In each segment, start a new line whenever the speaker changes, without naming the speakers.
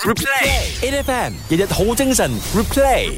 replay，A F M 日日好精神，replay。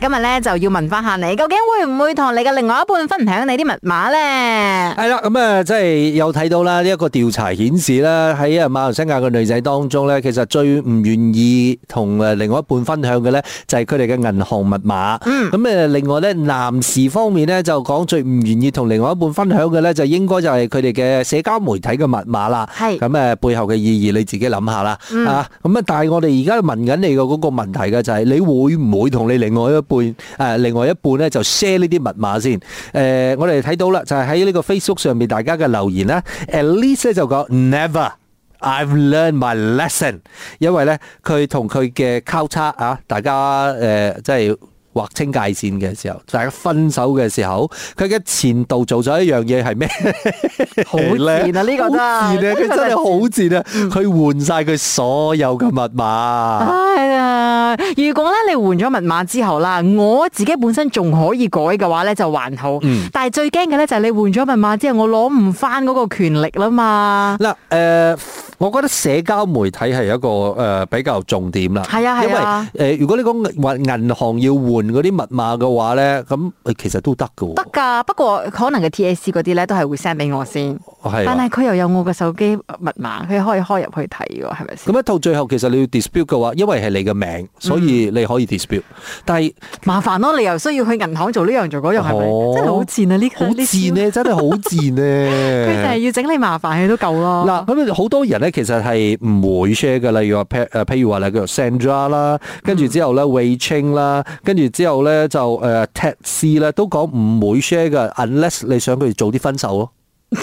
今日咧就要問翻下你，究竟會唔會同你嘅另外一半分享你啲密碼咧？
系啦，咁啊，即係有睇到啦，呢一個調查顯示啦，喺啊馬來西亞嘅女仔當中咧，其實最唔願意同誒另外一半分享嘅咧，就係佢哋嘅銀行密碼。
嗯
咁誒，另外咧，男士方面咧就講最唔願意同另外一半分享嘅咧，就應該就係佢哋嘅社交媒體嘅密碼啦。
係
咁誒，背後嘅意義你自己諗下啦。啊，咁啊，但係我哋而家問緊你嘅嗰個問題嘅就係，你會唔會同你另外一半誒呃另外一半咧就 share 呢啲密碼先？誒、我哋睇到啦，就係喺呢個 Facebook 上面大家嘅留言啦。At least 咧就講 never。I've learned my lesson，因為咧佢同佢嘅交叉啊，大家誒、呃即係劃清界線嘅時候，大家分手嘅時候，佢嘅前度做咗一樣嘢 係咩？
好賤啊！呢個真
好賤啊！佢真係好賤啊！佢換晒佢所有嘅密碼。
唉呀！如果咧你換咗密碼之後啦，我自己本身仲可以改嘅話咧就還好，
嗯
但係最驚嘅咧就係你換咗密碼之後，我攞唔翻嗰個權力啦嘛。
嗱，誒、我覺得社交媒體係一個誒、呃比較重點啦。
係啊係啊
因為誒、如果你講話銀行要換嗰啲密碼嘅話咧，咁誒其實都得嘅
得
喎。
㗎，不過可能嘅 TAC 嗰啲咧都係會 send 俾我先，
係
但係
啊
佢又有我嘅手機密碼，佢可以開入去睇喎，係咪先？
咁一到最後，其實你要 dispute 嘅話，因為係你嘅名，所以你可以 dispute、但係
麻煩咯，你又需要去銀行做呢樣做嗰樣，係
哦
咪？真係好賤啊！呢
好賤
呢
咧，真係好賤
招， 佢就係
咧。
要整你麻煩，佢都夠咯。
呃嗱，咁啊好多人咧，其實係唔會 share 嘅，例如話譬誒，譬如話你叫 Sandra 啦，跟
嗯
住之後咧 Wei Ching 啦，跟住之後咧就誒 Ted C 咧，都講唔會 share 嘅，unless 你想佢哋早啲分手咯。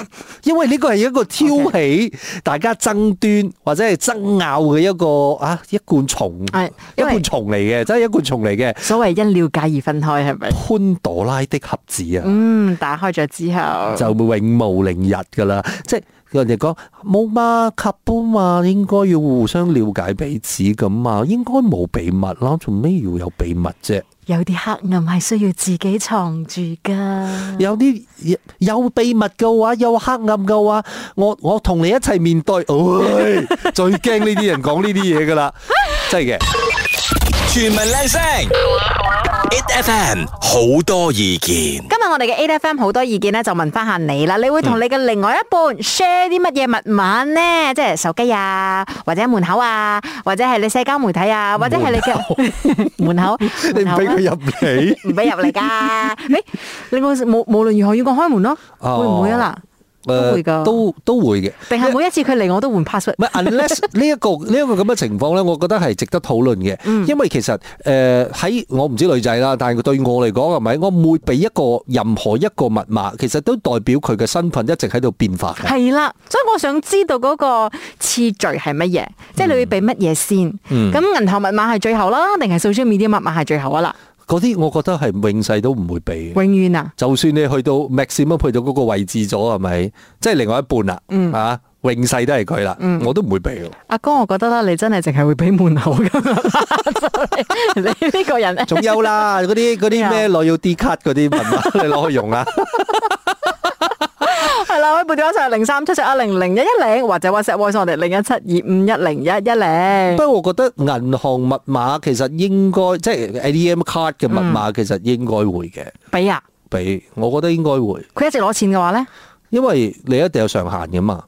因為呢個係一個挑起大家爭端或者係爭拗嘅一個啊一罐蟲，
係
一
因為
罐蟲嚟嘅，真係一罐蟲嚟嘅。
所謂因了解而分開係咪？
潘朵拉的盒子啊，
嗯，打開咗之後，
就會永無寧日噶啦。即係人哋講冇嘛，及般嘛，應該要互相了解彼此咁嘛，應該冇秘密啦，做咩要有秘密啫？
有啲黑暗係需要自己藏住㗎。
有啲有秘密嘅話，有黑暗嘅話，我我同你一齊面對。唉最驚呢啲人講呢啲嘢噶啦，真 係嘅。
全民靚聲，A F M 好多意見
今日我哋嘅 A F M 好多意見咧，就問翻下你啦。你會
嗯
同你嘅另外一半 share 啲乜嘢密碼呢？即係手機啊，或者門口啊，或者係你社交媒體啊，或者係你嘅 門口，
你唔俾
門口啊
佢入嚟。
唔俾入嚟 噶。誒，你我無無論如何要我開門咯，
哦
會唔會啊嗱？都會
誒
噶，
都都會嘅，
定係每一次佢嚟我都換 password
唔。係 unless 呢一個呢一個咁嘅情況咧，我覺得係值得討論嘅，因為其實誒喺、我唔知女仔啦，但係對我嚟講係咪？我每俾一個任何一個密碼，其實都代表佢嘅身份一直喺度變化嘅。
係啦，所以我想知道嗰個次序係乜嘢，即係你要俾乜嘢先？
嗯
咁銀行密碼係最後啦，定係 social media 密碼係最後啊啦？
嗰啲我覺得係永世都唔會俾嘅。
永遠啊！
就算你去到 maximum 去到嗰個位置咗係咪？即係另外一半啦，啊永世都係佢啦，我都唔會俾嘅。
阿哥，我覺得啦，你真係淨係會俾門口噶， 你呢個人咧，
仲有啦，嗰啲嗰啲咩 loyalty card 嗰啲密碼，你攞去用啦。啊
係啦，可以撥電話上零三七七一零零一一零，或者 WhatsApp voice 我哋零一七二五一零一一零。
不過我覺得銀行密碼其實應該即係 ATM 卡嘅密碼，其實應該會嘅，
俾啊！
俾我覺得應該會，
佢一直攞錢嘅話咧，
因為你一定有上限噶嘛，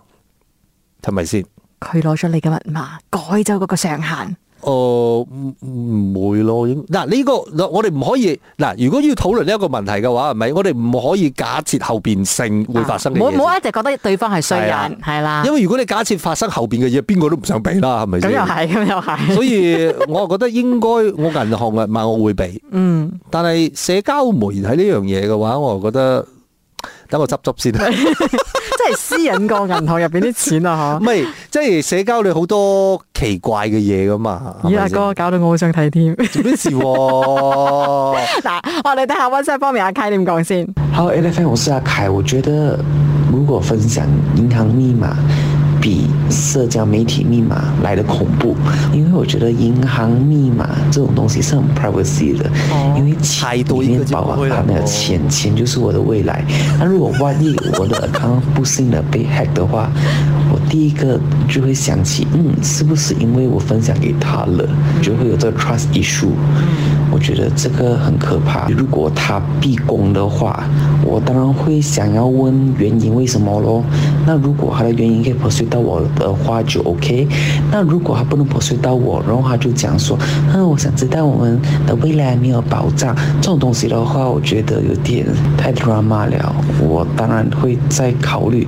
係咪先？
佢攞咗你嘅密碼，改咗嗰個上限。
哦，唔唔會咯。應嗱呢個我哋唔可以嗱，如果要討論呢一個問題嘅話，係咪？我哋唔可以假設後邊性會啊發生嘅
啊唔好
嘢
唔好
先，
一直覺得對方係衰
係啦啊
人，係啦。
因為如果你假設發生後邊嘅嘢，邊個都唔想俾啦，係咪
咁
先
又？係，咁又 係。
所以我覺得應該我銀行密碼我會俾，
嗯，
但係社交媒體呢樣嘢嘅話，我覺得等我執執先。
即係私隱過銀行入邊啲錢啊！
唔係，即係社交你好多奇怪嘅嘢噶嘛。
嗬。咦，阿哥搞到我好想睇添。
做咩事喎？
嗱，我哋睇下 WhatsApp 方面阿 K 點講先。
Hello L F M，我是阿凯。我觉得如果分享银行密码比社交媒体密码来的恐怖，因为我觉得银行密码这种东西是很 privacy 的，因为钱
太多
里
一个
面
就
包
不会了
含了
哦
钱，钱就是我的未来。那如果万一我的 account 不幸的被 hack 的话，我第一个就会想起，嗯，是不是因为我分享给他了，就会有这个 trust issue。我觉得这个很可怕。如果他逼供的话，我当然会想要问原因为什么咯。那如果他的原因可以 pursue 到我的话，就 OK。那如果他不能 pursue 到我，然后他就讲说，嗯，我想知道我们的未来没有保障这种东西的话，我觉得有点太 drama 了。我当然会再考虑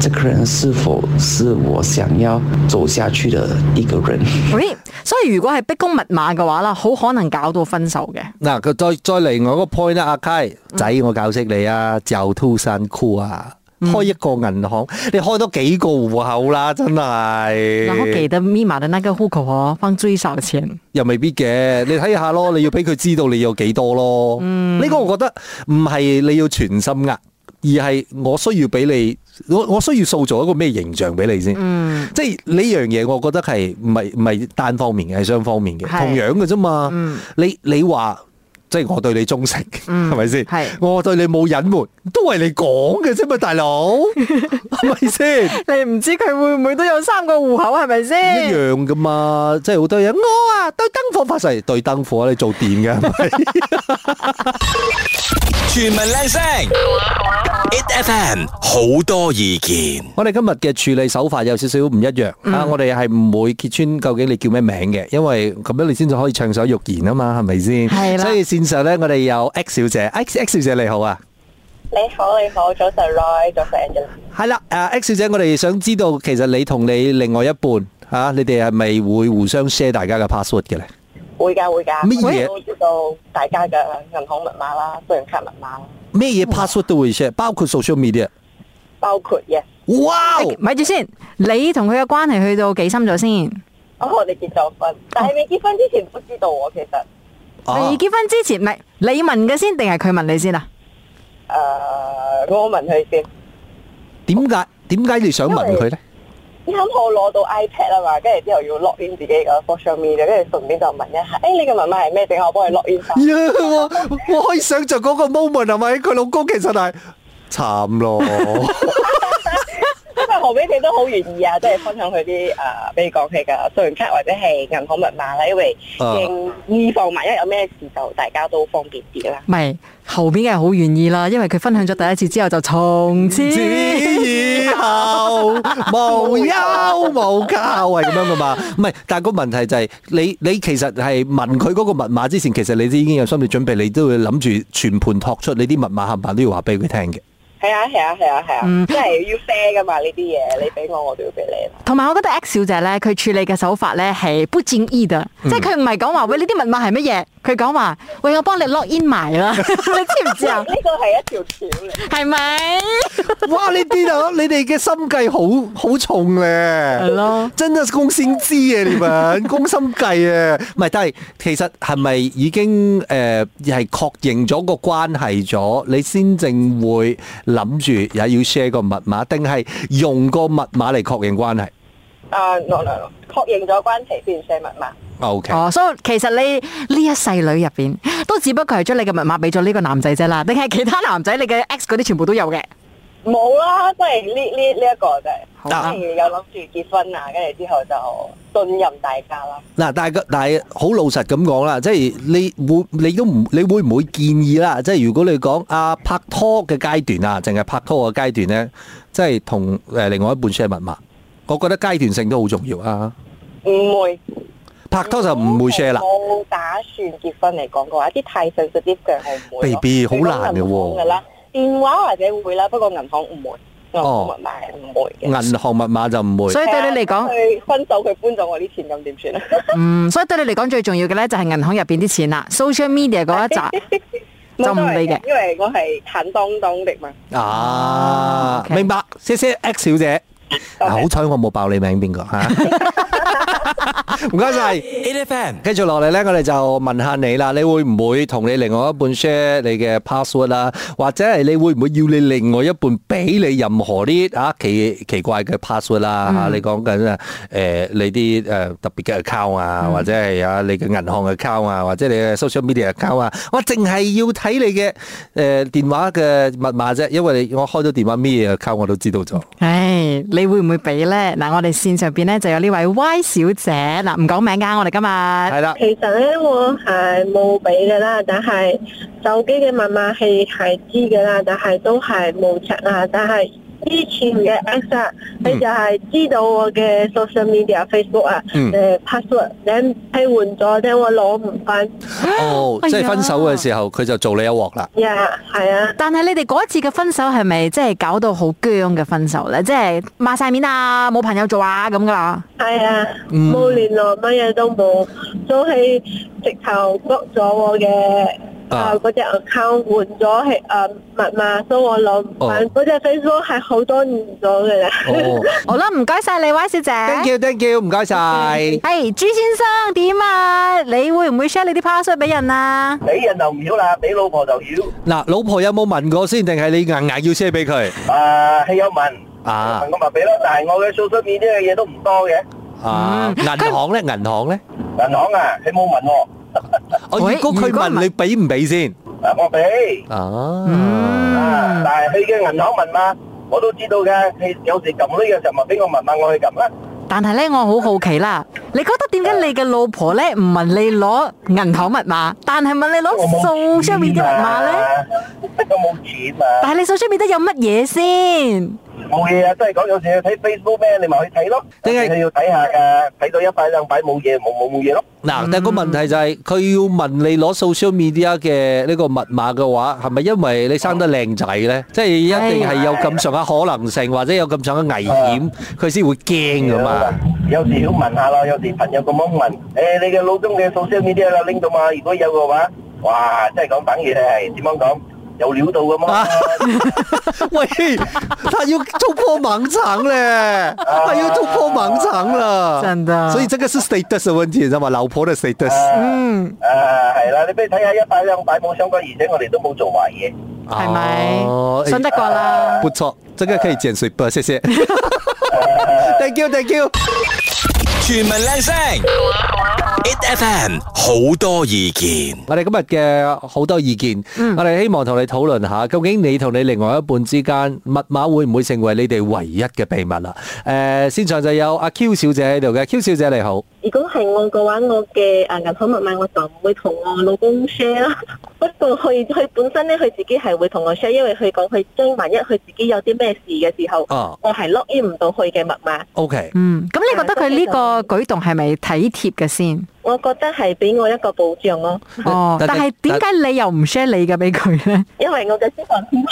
这个人是否是我想要走下去的一个人。
喂，所以如果係逼供密碼嘅話啦，好可能搞到分手嘅。
嗱，佢再再嚟我個 point 啦，阿 K 仔，我教識你啊，就 two 三 cool 啊。開一個銀行，你開多幾個户口啦，真
然後給
係
的密碼的那個户口哦，放最少錢。
又未必嘅。你睇下咯，你要俾佢知道你有幾多咯。
嗯
呢、個我覺得唔係你要全心呃，而係我需要俾你，我我需要塑造一個咩形象俾你先。
嗯，
即係呢樣嘢，我覺得係唔係唔係單方面嘅，係雙方面嘅，
係
同樣嘅啫嘛。
嗯
你你話即係我對你忠誠，
嗯
係咪先？
係
我對你冇隱瞞，都係你講嘅啫嘛，大 佬，係咪先？
你唔知佢會唔會都有三個户口係咪
一
先？
樣噶嘛，即係好多嘢。我啊對燈火發誓，對燈火啊你做電嘅，係咪
全民靚聲，it FM 好多意見。
我哋今日嘅處理手法有少少唔一樣、啊！我哋係唔會揭穿究竟你叫咩名嘅，因為咁樣你先至可以暢所欲言啊嘛，係咪先？
係啦
所以線上咧，我哋有 X 小姐，X X 小姐你好啊！
你好，你好，早晨 Roy，早晨 Angela。
係啦，誒 X 小姐，我哋想知道其實你同你另外一半啊，你哋係咪會互相 share 大家嘅 password 嘅咧？
會㗎會㗎，
乜嘢
我哋都知道大家嘅銀行密碼啦、信用卡密碼啦，
咩嘢 password 都會 share，包括 social media。
包括 yes。
哇！
咪住先，你同佢嘅關係去到幾深咗先？
哦，我哋結咗婚，但係未結婚之前不知道喎，其實誒、
啊
未結婚之前，唔係你問嘅先，定係佢問你先啊？
呃我問佢先，
點解點解你想問佢咧？
啱好攞到 iPad 啊嘛，跟住之後要 log in 自己嘅 social media，跟住順便就問一下，誒、哎你嘅密碼係咩？整下我幫你 log in 翻。
呀我我可以想象嗰個 moment 係咪？佢老公其實係慘咯，
因為後尾佢都好願意啊，即係分享佢啲誒，比如講佢嘅信用卡或者係銀行密碼啦，因為
啊
以防萬一有咩事就大家都方便啲啦。
唔係後邊嘅係好願意啦，因為佢分享咗第一次之後就從此
子以後無憂無求係咁樣噶嘛？唔係，但係個問題就係、你你其實係問佢嗰個密碼之前，其實你已經有心理準備，你都會諗住全盤托出你啲密碼冚唪唥都要話俾佢聽嘅。
係啊係啊係啊係
嗯
啊，即係要 fair 噶嘛呢啲嘢，你俾我我都要俾你啦。
同埋我覺得 X 小姐咧，佢處理嘅手法咧係不正義嘅，即係佢唔係講話喂呢啲密碼係乜嘢，佢講話喂我幫你 log in 埋啦，你知唔知啊？
呢個係一條橋嚟，
係咪？
哇！呢 啲啊，你哋嘅心計好好重咧，
係咯
真係攻心知啊，你們攻心計啊，唔係，但係其實係咪已經誒係確認咗個關係咗，你先正會諗住也要 share 個密碼，定係用個密碼嚟確認關係
啊 no no no，確認咗關係先 share 密碼。
？O K，
哦，所以其實你呢一世女入邊都只不過係將你嘅密碼俾咗呢個男仔啫啦，定係其他男仔你嘅 X 嗰啲全部都有嘅？
冇啦，即係呢呢呢一個就係，
好啊
即係有諗住結婚啊，跟住之後就信任大家啦。
嗱，但係個但係好老實咁講啦，即係你會你都唔你會唔會建議啦？即係如果你講啊拍拖嘅階段啊，淨係拍拖嘅階段咧，即係同誒另外一半 share 密碼，我覺得階段性都好重要啊。
唔會，
拍拖就唔會
哦
share 啦。
冇打算結婚嚟講嘅話，啲太 sensitive 嘅我唔會咯。
Baby，好難嘅喎
你講銀行㗎啦，電話或者會啦，不過銀行唔會，銀行密碼係唔會嘅。
哦銀行密碼就唔會。
所以對你嚟講，
啊佢分手佢搬咗我啲錢咁點 算啊？
嗯，所以對你嚟講最重要嘅咧就係銀行入邊啲錢啦，social media 嗰一集。就唔理嘅
因為我係坦當當的嘛。
哦
啊
，OK
明白，謝謝 X 小姐。啊好彩我冇爆你名邊個嚇。唔該晒。
，A F M
跟住落嚟咧，我哋就問下你啦，你會唔會同你另外一半 share 你嘅 password 啦，或者係你會唔會要你另外一半俾你任何啲啊奇奇怪嘅 password 啦？嚇、你講緊啊誒你啲誒、呃特別嘅 ờ, account à, 啊，或者係啊你嘅銀行 account à, 啊，或者你嘅 social media account à. 啊，我淨係要睇你嘅誒、呃、電話嘅密碼啫，因為你我開咗電話咩 account 我都知道咗。
唉，你會唔會俾咧？嗱，我哋線上邊咧就有呢位 Y 小姐，嗱唔講名㗎，我哋今日
係啦，
其實咧，我係冇俾噶啦，但係手機嘅密碼係係知噶啦，但係都係冇 check 啊。但係以前嘅 X 啊，佢就係知道我嘅 social media Facebook 啊，
嗯
誒、password，你替換咗，但我攞唔翻。
哦，
哎呀
即係分手嘅時候佢就做你一鑊啦。
呀，係啊，
但係你哋嗰一次嘅分手係咪即係搞到好僵嘅分手咧？即係抹晒面啊，冇朋友做啊咁㗎啦。
係啊，
嗯
冇聯絡，乜嘢都冇，都係直頭 block 咗我嘅。
啊
啊！嗰只 Ờ, account 換咗係誒密碼，所以我攞唔翻。
哦
嗰只 Facebook 係好多年咗嘅啦。
哦。
好啦，唔該晒你 Y 小姐。
Thank you，thank you，唔該晒。
係朱先生點啊？你會唔會 share 你啲 password 俾人啊？
俾人就唔曉啦，俾老婆就曉。
嗱，老婆有冇問過先，定係你硬硬要 share 俾佢？
啊，係有問，
啊
問我咪俾咯。但係我嘅 social media 嘅嘢都唔多嘅。
啊，銀行咧，銀行咧，
銀行啊，佢冇問我，
我
喂
如果佢
如果
問
問
你俾唔俾先？
啊我俾。
À.
Ừ.
啊，
啊，
嗯
但係佢嘅銀行密碼我都知道㗎。佢有時撳呢嘅時候咪俾我密碼我去撳啦。
但係咧，我好好奇啦，你覺得點解你嘅老婆咧唔問你攞銀行密碼，但係問你
我冇
攞 social media
錢
密碼咧？
啊，我冇錢嘛。
但係你 social media 有乜嘢先？
冇嘢啊，都係講有時要睇 Facebook 咩，你咪去睇咯。
定係
你要睇下㗎，睇到一擺兩擺冇嘢，冇冇冇嘢咯。
嗱，但係個問題就係佢要問你攞 social media 嘅呢個密碼嘅話，係咪因為你生得靚仔咧？即係一定係有咁上下可能性，或者有咁上下危險，佢先會驚噶嘛？
有時要問下咯，有時朋友咁樣問，誒你嘅老公嘅 social media 啦拎到嘛？如果有嘅話，哇，真係講等於你係點樣講，有料到咁
啊
啊！
喂，他要突破盲肠嘞，他要突破盲肠了，
真的
所以这个是 status 的问题，你知道吗？老婆的 status
嗯，
啊，係啦，你不如睇下一擺兩擺冇相關，而且我哋都冇做壞嘢。
係咪
哦？
信得
哎
過啦？
不错，这个可以减水波，谢谢。Thank you, thank you。
全民靚聲，It F M 好多意見。
我哋今日嘅好多意見，
嗯
我哋希望同你討論下，究竟你同你另外一半之間密碼會唔會成為你哋唯一嘅秘密啦？诶、現場就有阿 Q 小姐喺度嘅，Q 小姐你好。
如果係我嘅話，我嘅誒銀行密碼我就唔會同我老公 share 啦。不過佢佢本身咧，佢自己係會同我 share，因為佢講佢將萬一佢自己有啲咩事嘅時候，
啊
我係 lock in 唔到佢嘅密碼。
，OK，
嗯，咁你覺得佢呢個舉動係咪體貼嘅先？
我覺得係俾我一個保障咯，
哦，
但
但係點解你又唔 share 你嘅俾佢咧？
因為我嘅私房錢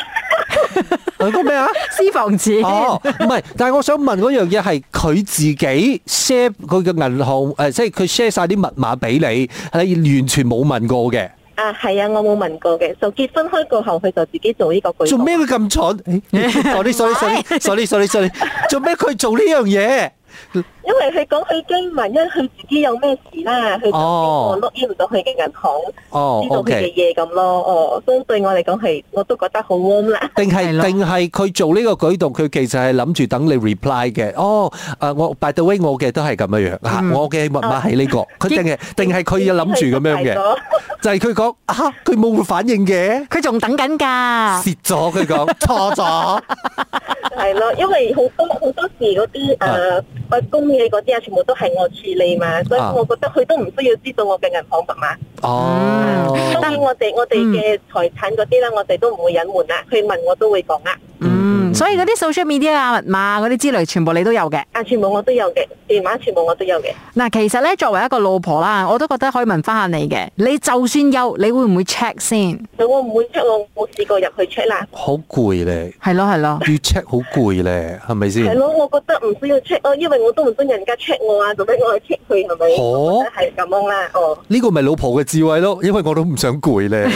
你講咩啊？
私房錢。
哦，唔係，但係我想問嗰樣嘢係佢自己 share 佢嘅銀行誒、即係佢 share 晒啲密碼俾你，係完全冇問過嘅。
啊，係啊，我冇問過嘅，就結婚開過後，佢就自己做呢個舉動。
做咩佢咁 蠢？誒 sorry sorry sorry sorry sorry sorry，做咩佢做呢樣嘢？
因為佢講佢驚萬一佢自己有咩事啦，佢就
哦
我 look in 唔到佢嘅銀行，
哦
知道佢嘅
，OK，
嘢咁咯。哦，所以對我嚟講係我都覺得好 warm 啦。
定係
係咯
定係佢做呢個舉動，佢其實係諗住等你 reply 嘅。哦，誒我 by the way 我嘅都係咁樣樣嚇，我嘅密碼係呢個。佢定係定係佢有諗住咁樣
已經係失敗
嘅，
咗
就係佢講啊，佢冇反應嘅。
佢仲等緊㗎。
蝕咗佢講啊 錯咗，
係咯，因為好多好多時嗰啲誒不公嘅嗰啲啊，全部都係我處理嘛，所以
啊
我覺得佢都唔需要知道我嘅銀行密碼。
哦，
當然我哋我哋嘅財產嗰啲啦，我哋都唔會隱瞞啦，佢問我都會講啊啦。
嗯，所以嗰啲 social media 啊、密碼嗰啲之類，全部你都有嘅。
啊，全部我都有嘅，電話全部我都有嘅。
嗱，其實咧作為一個老婆啦，我都覺得可以問翻下你嘅，你就算有，你會唔會 check 先？
所以我唔會 check，我冇試過入去 check 啦。
好攰咧，
係咯係 咯，
要 check 好攰咧，係咪
係
先？
咯，我覺得唔需要 check 咯，因為我都唔想人家 check 我啊，做咩我去 check 佢係咪？
哦
我覺得係咁樣啦，哦。
呢個咪老婆嘅智慧咯，因為我都唔想攰咧。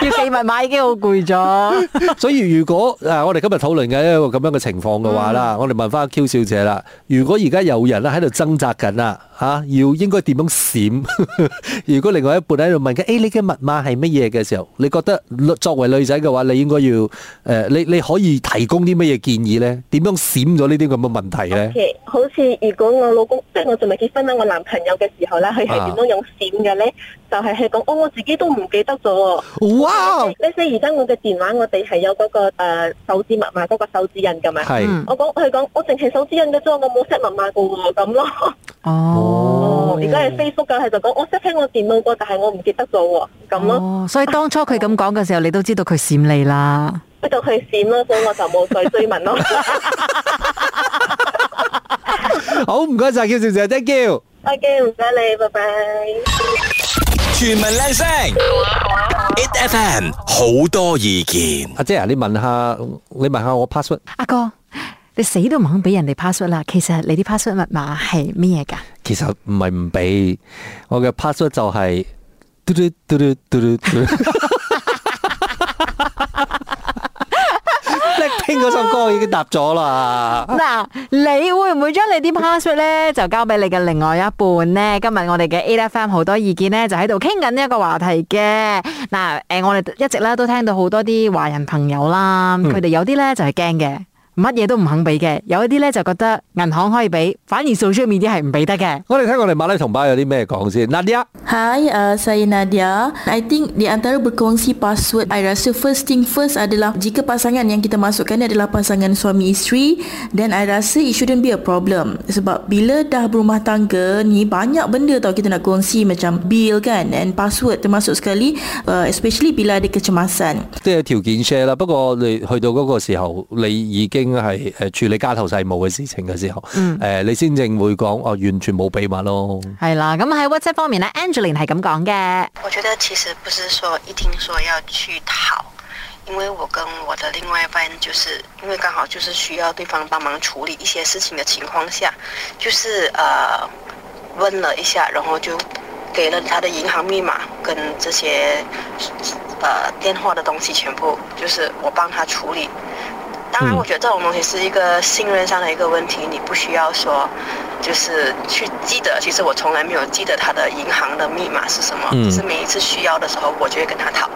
要記密碼已經好攰攰咗。
所以 如果誒、啊我哋今日討論嘅一個咁樣嘅情況嘅話啦，我哋問翻 Q 小姐啦，如果而家有人咧喺度掙扎緊啦，嚇、要應該點樣閃？如果另外一半喺度問緊，誒、你嘅密碼係乜嘢嘅時候，你覺得作為女仔嘅話，你應該要誒、你你可以提供啲乜嘢建議咧？點樣閃咗呢啲咁嘅問 題咧？
嘅，好似如果我老公即係我仲未結婚啦，我男朋友嘅時候咧，佢係點樣用閃嘅咧？就係係講，哦，我自己都唔記得咗喎。
哇！
呢啲而家我嘅電話，我哋係有嗰個誒手指密碼嗰個手指印噶嘛。
係
嗯
我講佢講，我淨係手指印嘅啫，我冇 set 密碼嘅喎，咁咯。
哦
哦，而家係 Facebook 嘅，佢就講我 set 喺我電腦個，但係我唔記得咗喎，咁咯。
哦，所以當初佢咁講嘅時候，你都知道佢閃你啦。
不過佢閃咯，所以我就冇再追問咯。
好唔該晒 Q 小姐，thank you。
OK，唔該你，拜拜。
全民靚聲，it FM 好多意見。
阿姐啊，你問下你問下我 password。
阿哥，你死都唔肯俾人哋 password 啦。其實你啲 password 密碼係乜嘢㗎？
其實唔係唔俾，我嘅 password 就係嘟嘟嘟嘟嘟嘟嘟。Blackpink 嗰首歌已經答咗啦。
嗱，你會唔會將你啲 password 咧就交俾你嘅另外一半呢？今日我哋嘅 A F M 好多意見咧就喺度傾緊呢一個話題嘅。嗱，誒，我哋一直咧都聽到好多啲華人朋友啦，佢哋有啲咧就係驚嘅。乜嘢都唔肯俾嘅，有一啲咧就覺得銀行可以俾，反而 social media 係唔俾得嘅。
我哋聽我哋馬拉同胞有啲咩講先。Nadia，
Hi, uh, saya Nadia. I think di antara berkongsi password, I rasa first thing first adalah jika pasangan yang kita masukkan ni adalah pasangan suami isteri, then I rasa it shouldn't be a problem. Sebab bila dah berumah tangga ni banyak benda tau kita nak kongsi macam bill kan and password termasuk sekali uh, especially bila ada kecemasan.
即係條件 share 啦。不過你去到嗰個時候，你已經係誒處理家頭細務嘅事情嘅時候，誒、你先正會講哦，完全冇秘密咯。
係啦，咁喺 WhatsApp 方面咧，Angeline 係咁講嘅。
我觉得其实不是说一定说要去讨，因为我跟我的另外一半就是因为刚好就是需要对方帮忙处理一些事情的情况下，就是呃问了一下，然后就给了他的银行密码跟这些呃电话的东西全部，就是我帮他处理。当然，我觉得这种东西是一个信任上的一个问题，你不需要说，就是去记得。其实我从来没有记得他的银行的密码是什么，
嗯
只是每一次需要的时候，我就会跟他讨。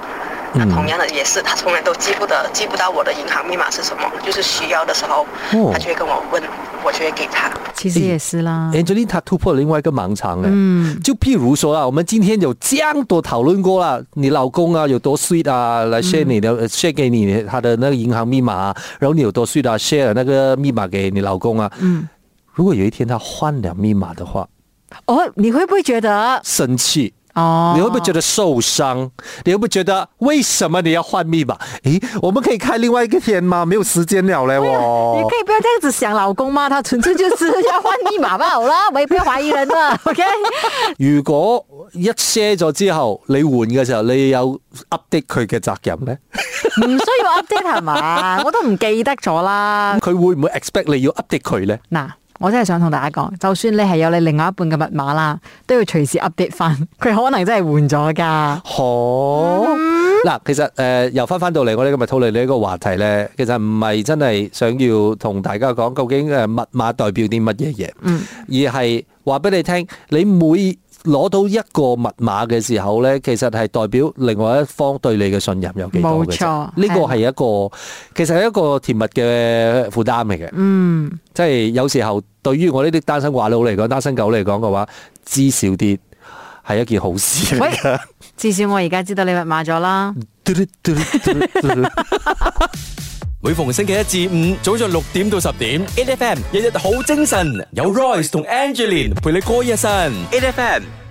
那
嗯
同样的也是，他从来都记不得，记不到我的银行密码是什么，就是需要的时候，
哦
他就会跟我问，我就会给他。
其實也是啦。
Angelina 突破了另外一个盲肠哎、
嗯
就譬如说啊，我们今天有这样多讨论过了，你老公啊有多 sweet 啊，
嗯
来 share 你的、呃 share 给你他的那个银行密码、啊，然后你有多 sweet 啊，share 那个密码给你老公啊。
嗯，
如果有一天他换了密码的话，
哦，你會不會覺得？
生气。
哦，
你会不会觉得受伤？你会不会觉得为什么你要换密码？诶，我们可以开另外一个天吗？没有时间了
哎
嘞，
你
我
可。以不要这样子想老公吗？他纯粹就是要换密码吧，好 啦，我也不要怀疑人 了，OK？
如果一 share 咗之後，你換嘅時候，你有 update 佢嘅責任咧？
唔需要 update 系 嘛，我都唔記得咗啦。
佢會唔會 expect 你要 update 佢咧？
嗱，我真係想同大家講，就算你係有你另外一半嘅密碼啦，都要隨時 update 翻，佢可能真係換咗㗎。
好
嗯
嗱，其實誒、呃又翻翻到嚟，我哋今日討論呢一個話題咧，其實唔係真係想要同大家講究竟呃誒密碼代表啲乜嘢嘢，嗯、而係話俾你聽，你每攞到一個密碼嘅時候咧，其實係代表另外一方對你嘅信任有幾多嘅
冇
啫
錯
呢個係一個其實係一個甜蜜嘅負擔嚟嘅。
嗯，
即係有時候對於我呢啲單身寡佬嚟講，單身狗嚟講嘅話，知少啲係一件好事嚟㗎。
至少我而家知道你密碼咗啦。
嘟嘟嘟嘟嘟嘟
每逢星期一至五早上六點到十點，it FM 日日好精神，有 Royce 同 Angeline 陪你過一晨，it FM。